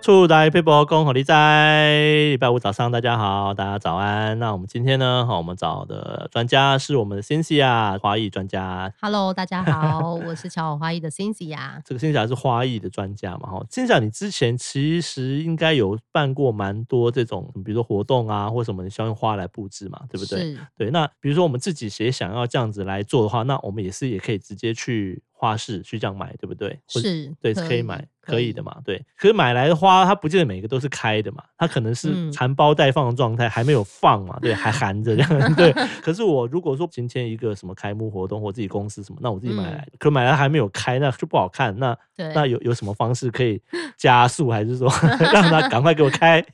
出来 people 恭候你在礼拜五早上，大家好，大家早安。那我们今天呢，哈，我们找的专家是我们的 Cynthia 花艺专家。 Hello，大家好，我是巧火花艺的 Cynthia。这个 Cynthia 是花艺的专家嘛，哈，Cynthia 你之前其实应该有办过蛮多这种，比如说活动啊，或什么，你需要用花来布置嘛，对不对？是，对，那比如说我们自己也想要这样子来做的话，那我们也是也可以直接去花市去这样买，对不对？或者是，对，是可以买，可以的。嘛，对。可是买来的花，它不见得每个都是开的嘛，它可能是嗯含苞待放的状态，还没有放嘛，对，还含着这 样，对。可是我如果说今天一个什么开幕活动或自己公司什么，那我自己买嗯来，可买来还没有开，那就不好看。那对，那有有什么方式可 以加速，还是说让它赶快给我开？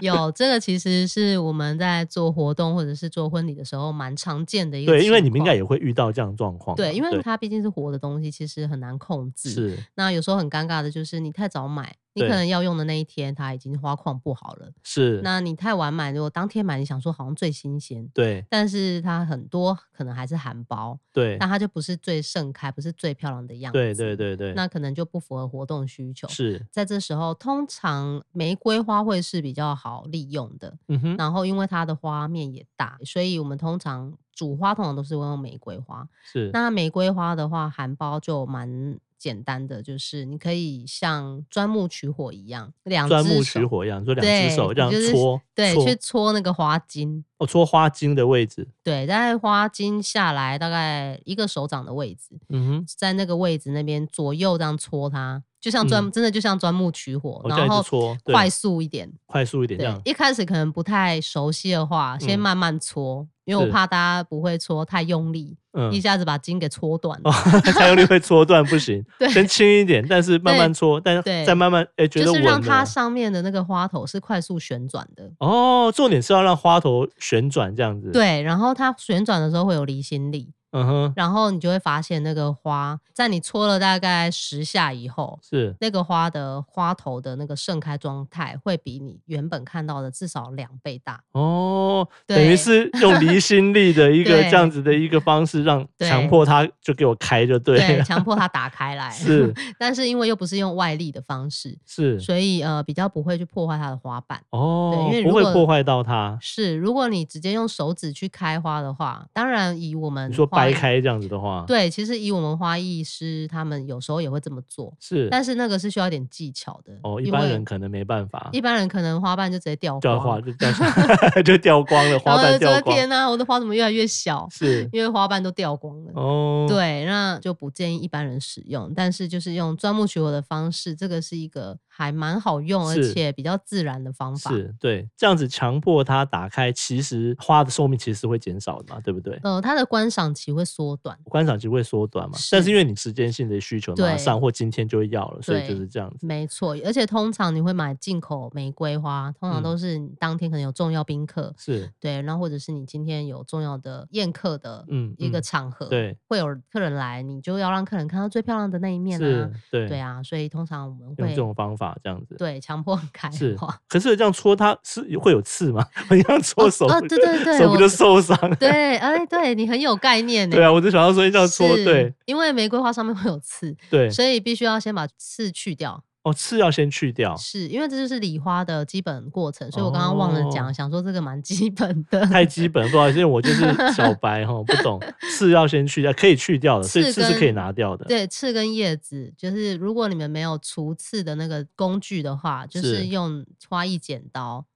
有这个其实是我们在做活动或者是做婚礼的时候蛮常见 的一个情况。对，因为你们应该也会遇到这样的状况嘛。对，因为它毕竟是活的东西，其实很难控制。是那有时候很尴尬的就是你太早买，你对可能要用的那一天它已经花况不好了。是，那你太晚买，如果当天买，你想说好像最新鲜，对但是它很多可能还是含苞，对那它就不是最盛开，不是最漂亮的样子。对对对对，那可能就不符合活动需求。是在这时候，通常玫瑰花卉是比较好利用的，嗯哼，然后因为它的花面也大，所以我们通常主花通常都是会用玫瑰花。是那玫瑰花的话，含苞就蛮简单的，就是你可以像钻木取火一样，两钻木只取手火一样，说两对只手你这样就是搓，对搓去搓那个花茎，哦，搓花茎的位置，对，在花茎下来大概一个手掌的位置，嗯哼，在那个位置那边左右这样搓它，就像钻、嗯哦真的就像钻木取火，我这样然一后直搓，对快速一点。快速一点这对样，，一开始可能不太熟悉的话，嗯先慢慢搓，因为是我怕大家不会搓太用力，嗯一，下子把筋给搓断了。哦， 太用力会搓断不行，对先轻一点，但是慢慢对搓，但是对再慢慢，哎，觉得就是让稳它了。上面的那个花头是快速旋转的，哦，重点是要让花头旋转这样子，，对，然后它旋转的时候会有离心力，嗯哼，然后你就会发现那个花在你搓了大概十下以后，是那个花的花头的那个盛开状态会比你原本看到的至少两倍大。哦，等于对是用离心力的一个这对样子的一个方式，让对强迫它就给我开就对对，了，强迫它打开来， 是但是因为又不是用外力的方式，是，所以呃比较不会去破坏它的花瓣。哦因为，不如会果破坏到它。是，如果你直接用手指去开花的话，当然以我们你说花掰艺，开这样子的话，，对，其实以我们花艺师他们有时候也会这么做，是，但是那个是需要一点技巧的。哦，一因般为人可能没办法，一般人可能花瓣就直接掉掉光花就掉下 就掉光了，花然后瓣就掉说光天呐，我的花怎么越来越小？是因为花瓣都掉光了。哦，，对，那就不建议一般人使用，但是就是用钻木取火的方式，这个是一个还蛮好用，而是且比较自然的方法。是，对，这样子强迫它打开，其实花的寿命其实会减少的嘛，对不对？呃，它的观赏期会缩短。观赏期会缩短嘛，但是是因为你时间性的需求，马对上或今天就会要了，所以就对是这样子。没错，而且通常你会买进口玫瑰花，通嗯常都是你当天可能有重要宾客，是，对，然后或者是你今天有重要的宴客的嗯，一个嗯场合，对，会有客人来，你就要让客人看到最漂亮的那一面啊是，，对，对啊，所以通常我们用会这种方法这样子。对强迫 开是花。，可是这样戳它是会有刺吗？ 我这样 戳手哦不对对对手不我就 受伤了？对，哎，对你很有概念呢。对啊，我就想要说这样戳，是对，因为玫瑰花上面会有刺，对，所以必须要先把刺去掉。哦，刺要先去掉，是因为这就是理花的基本过程，所以我刚刚忘了讲，哦想说这个蛮 基本的。太基本，不好意思，因为我就是小白 哈，不懂刺要先去掉，可以去掉的，所以刺刺是可以跟拿掉的。 对，刺跟叶子，就是如果你们没有除刺的那个工具的话，就是是用花艺剪刀、哦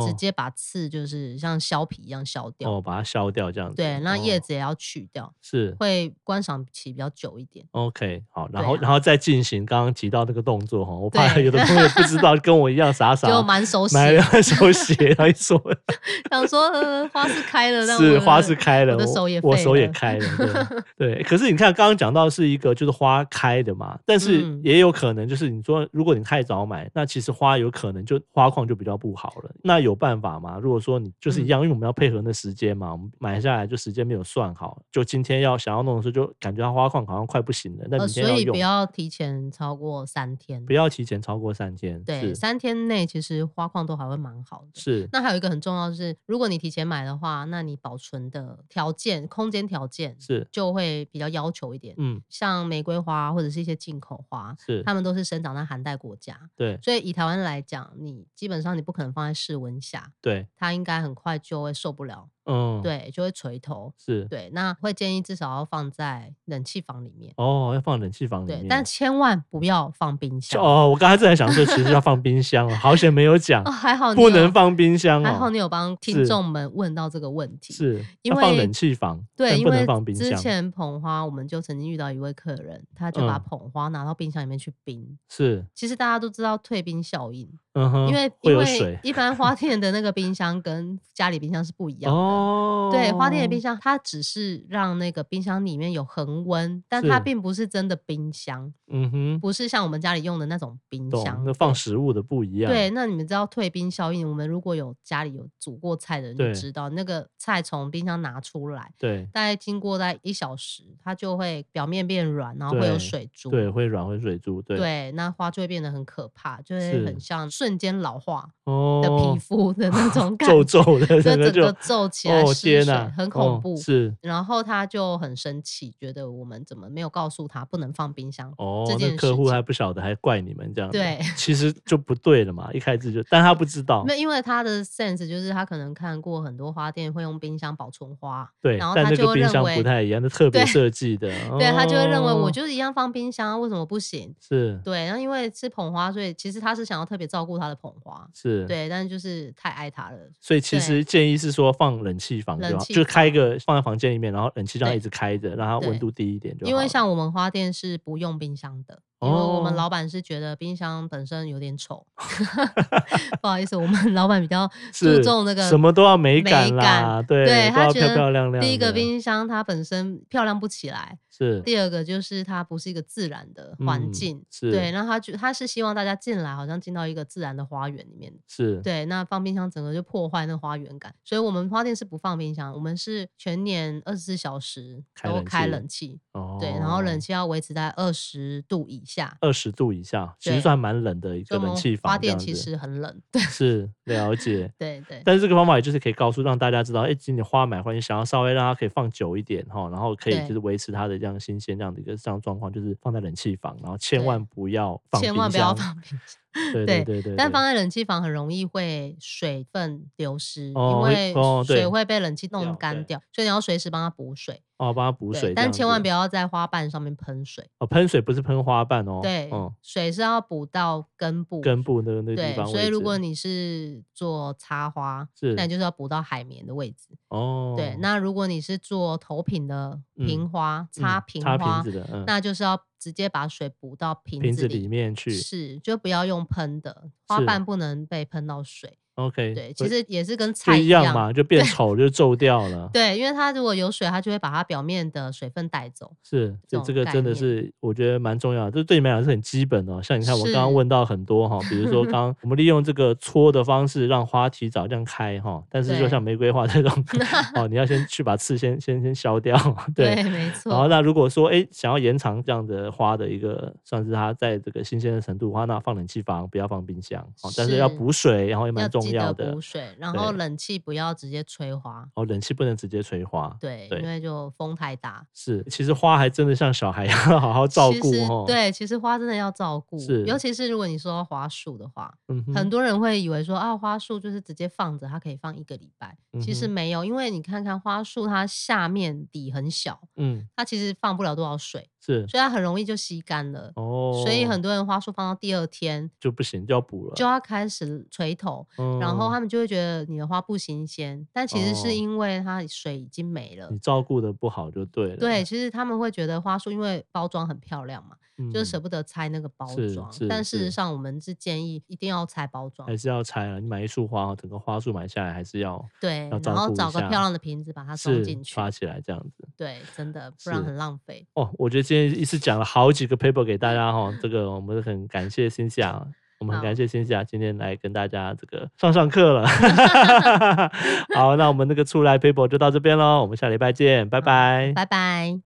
直接把刺就是像削皮一样削掉。哦，把它削掉这样子。对，那哦叶子也要去掉，是会观赏期比较久一点。 OK 好，然对后啊然后再进行刚刚提到那个动作哈，我怕对有的 朋友不知道，跟我一样傻傻就蛮熟悉的，啊买了手写，然后一说想说呃花是开了，但是我花的是开了，我的我手也我废手也了开了， 对对。可是你看，刚刚讲到是一个就是花开的嘛，但是嗯也有可能就是你说，如果你太早买，那其实花有可能就花况就比较不好了，那有办法吗？如果说你就是一嗯样，因为我们要配合那时间嘛，我们买下来就时间没有算好，就今天要想要弄的时候，就感觉它挖矿好像快不行了，那呃，明天所要以不用，要提前超过三天不。要提前超过三天，对，是三天内其实花况都还会蛮好的。是那还有一个很重要就是，如果你提前买的话，那你保存的条件、空间条件是，就会比较要求一点。嗯像玫瑰花或者是一些进口花，是它，们都是生长在寒带国家，对所以以台湾来讲，你基本上你不可能放在室温下，对，它应该很快就会受不了，嗯对，就会垂头。是，对，那会建议至少要放在冷气房里面，哦要放冷气房里对面，，但千万不要放冰箱。哦，哦我刚才正在想说，其实要放冰箱了，好险没有讲，还好哦你不有能放冰箱还好哦你，有帮听是众们问到这个问题。是因要放为冷气房，对，但因不能为放冰之箱，前捧花我们就曾经遇到一位客人，他就把嗯捧花拿到冰箱里面去冰。是，其实大家都知道退冰效应，嗯哼，因为会因有为水一般花店的那个冰箱跟家里冰箱是不一样的。哦，对，花店的冰箱它只是让那个冰箱里面有恒温，但它是并不是真的冰箱，嗯哼，不是像我们家里用的那种冰懂箱。，那放食物的不一样，对，，那你们知道退冰效应？我们如果有家里有煮过菜的人对就知道，那个菜从冰箱拿出来，对大概经过在一小时，它就会表面变软，然后会对有水珠。对，会软会水珠，对，对那花就会变得很可怕，就会是很像瞬间老化哦，的皮肤的 那种感皱觉，皱的，就整个整就个皱起来，哦失天水，哪，很恐哦怖。是然后他就很生气，觉得我们怎么没有告诉他不能放冰箱？哦这，件那事客户情还不晓得，还怪你们这样，对，其实就不对了嘛，一开始就，但他不知道没，有，因为他的 sense 就是他可能看过很多花店会用冰箱保存花，对，然后但他那就个会冰认箱为不太一样，那特别对设计的， 对他就会认为我哦就是一样放冰箱啊，为什么不行？是对，那因为是捧花，所以其实他是想要特别照顾他的捧花，是，对，但就是太爱他了。所以其对实建议是说放冷气房就冷好，气就开房个放在房间里面，然后冷气这样一对直开着，让它温对度低一点就好了。因为像我们花店是不用冰箱的，因为我们哦老板是觉得冰箱本身有点丑， 不好意思，我们老板比 较注是重那个什么都要美美感啦，感对，对都他要觉漂得漂亮亮的。第一个冰箱它本身漂亮不起来，是第二个就是它不是一个自然的环嗯境。是对，那他就他是希望大家进来，好像进到一个自然的花园里面。是对，那放冰箱整个就破坏那花园感，所以我们花店是不放冰箱，我们是全年二十四小时开都冷开气冷气，哦，对，然后冷气要维持在二十度以下。二十度以下，其实对算蛮冷的一所个以我冷们气房花这样店子。其实很冷，对是了解。对对但是这个方法也就是可以告诉让大家知道，哎、今年花买回来，你想要稍微让它可以放久一点哈，然后可以对就是维持它的这样新鲜这样的一个这样状况，就是放在冷气房，然后千对万不要放嗯千冰万不要箱放冰箱。对对对对对， 但对放在冷气房很容易会水分流失，哦因会为哦对水会被冷气掉弄干对掉，所以你要随时帮它补水。哦，帮它补对水这样子，但千万不要要在花瓣上面喷水。哦，喷水不是喷花瓣哦，对，嗯，水是要补到根部。根部那个那个地对方，位置，所以如果你是做插花，是那你就是要补到海绵的位置。哦，对，那如果你是做投瓶的嗯瓶花、嗯插瓶插花瓶，子的，嗯，那就是要直接把水补到瓶瓶子里里面去是，就不要用喷的，花是瓣不能被喷到水。 ，OK，对，会其实也是跟不菜一样嘛，就变丑就皱掉了。对，因为它如果有水，它就会把它表面的水分带走。是，这这这种个概真的念是我觉得蛮重要的，这对你们来讲是很基本的哦。像你看，我刚刚是问到很多哈，比如 说刚刚我们利用这个搓的方式让花提早这样开哈，但是就对像玫瑰花这种 哦，你要先去把刺先先先削掉，对，没然后，错，那如果说哎，诶想要延长这样的花的一个，算是它在这个新鲜的程度的话，那放冷气房，不要放冰箱哦。但是要是补水，然后也要蛮重记要得的补。水，然后对冷气不要直接吹花。哦，冷气不能直接吹花。对，对因为就风太大。是，其实花还真的像小孩一样，好好照其顾实哦。，对，其实花真的要照顾是，尤其是如果你说到花束的话，嗯哼，很多人会以为说啊，花束就是直接放着，它可以放一个礼拜。其实嗯哼没有，因为你看看花束，它下面底很小，嗯它其实放不了多少水，是所以它很容易就吸干了。哦，所以很多人花束放到第二天就不行，就要补了。就要开始垂头，然后嗯他们就会觉得你的花不新鲜，但其实哦是因为它水已经没了你。照顾的不好就对了。对，，其实他们会觉得花束因为包装很漂亮嘛，就是舍嗯、不得拆那个包是装是。但事是实上，我们是建议一定要拆包装还，是要拆了。你买一束花，整个花束买下来还是要对要，照然后顾一找个漂下亮的瓶子把它装是进去，刷起来这样子。对，真的，不然是很浪费。哦，我觉得今天一次讲了好几个 paper 给大家哈、这个我们很感谢新夏我们很好感谢仙夏今天来跟大家这个上上课 了。 好，那我们那个出来 paper 就到这边喽，我们下礼拜见，拜拜。拜拜。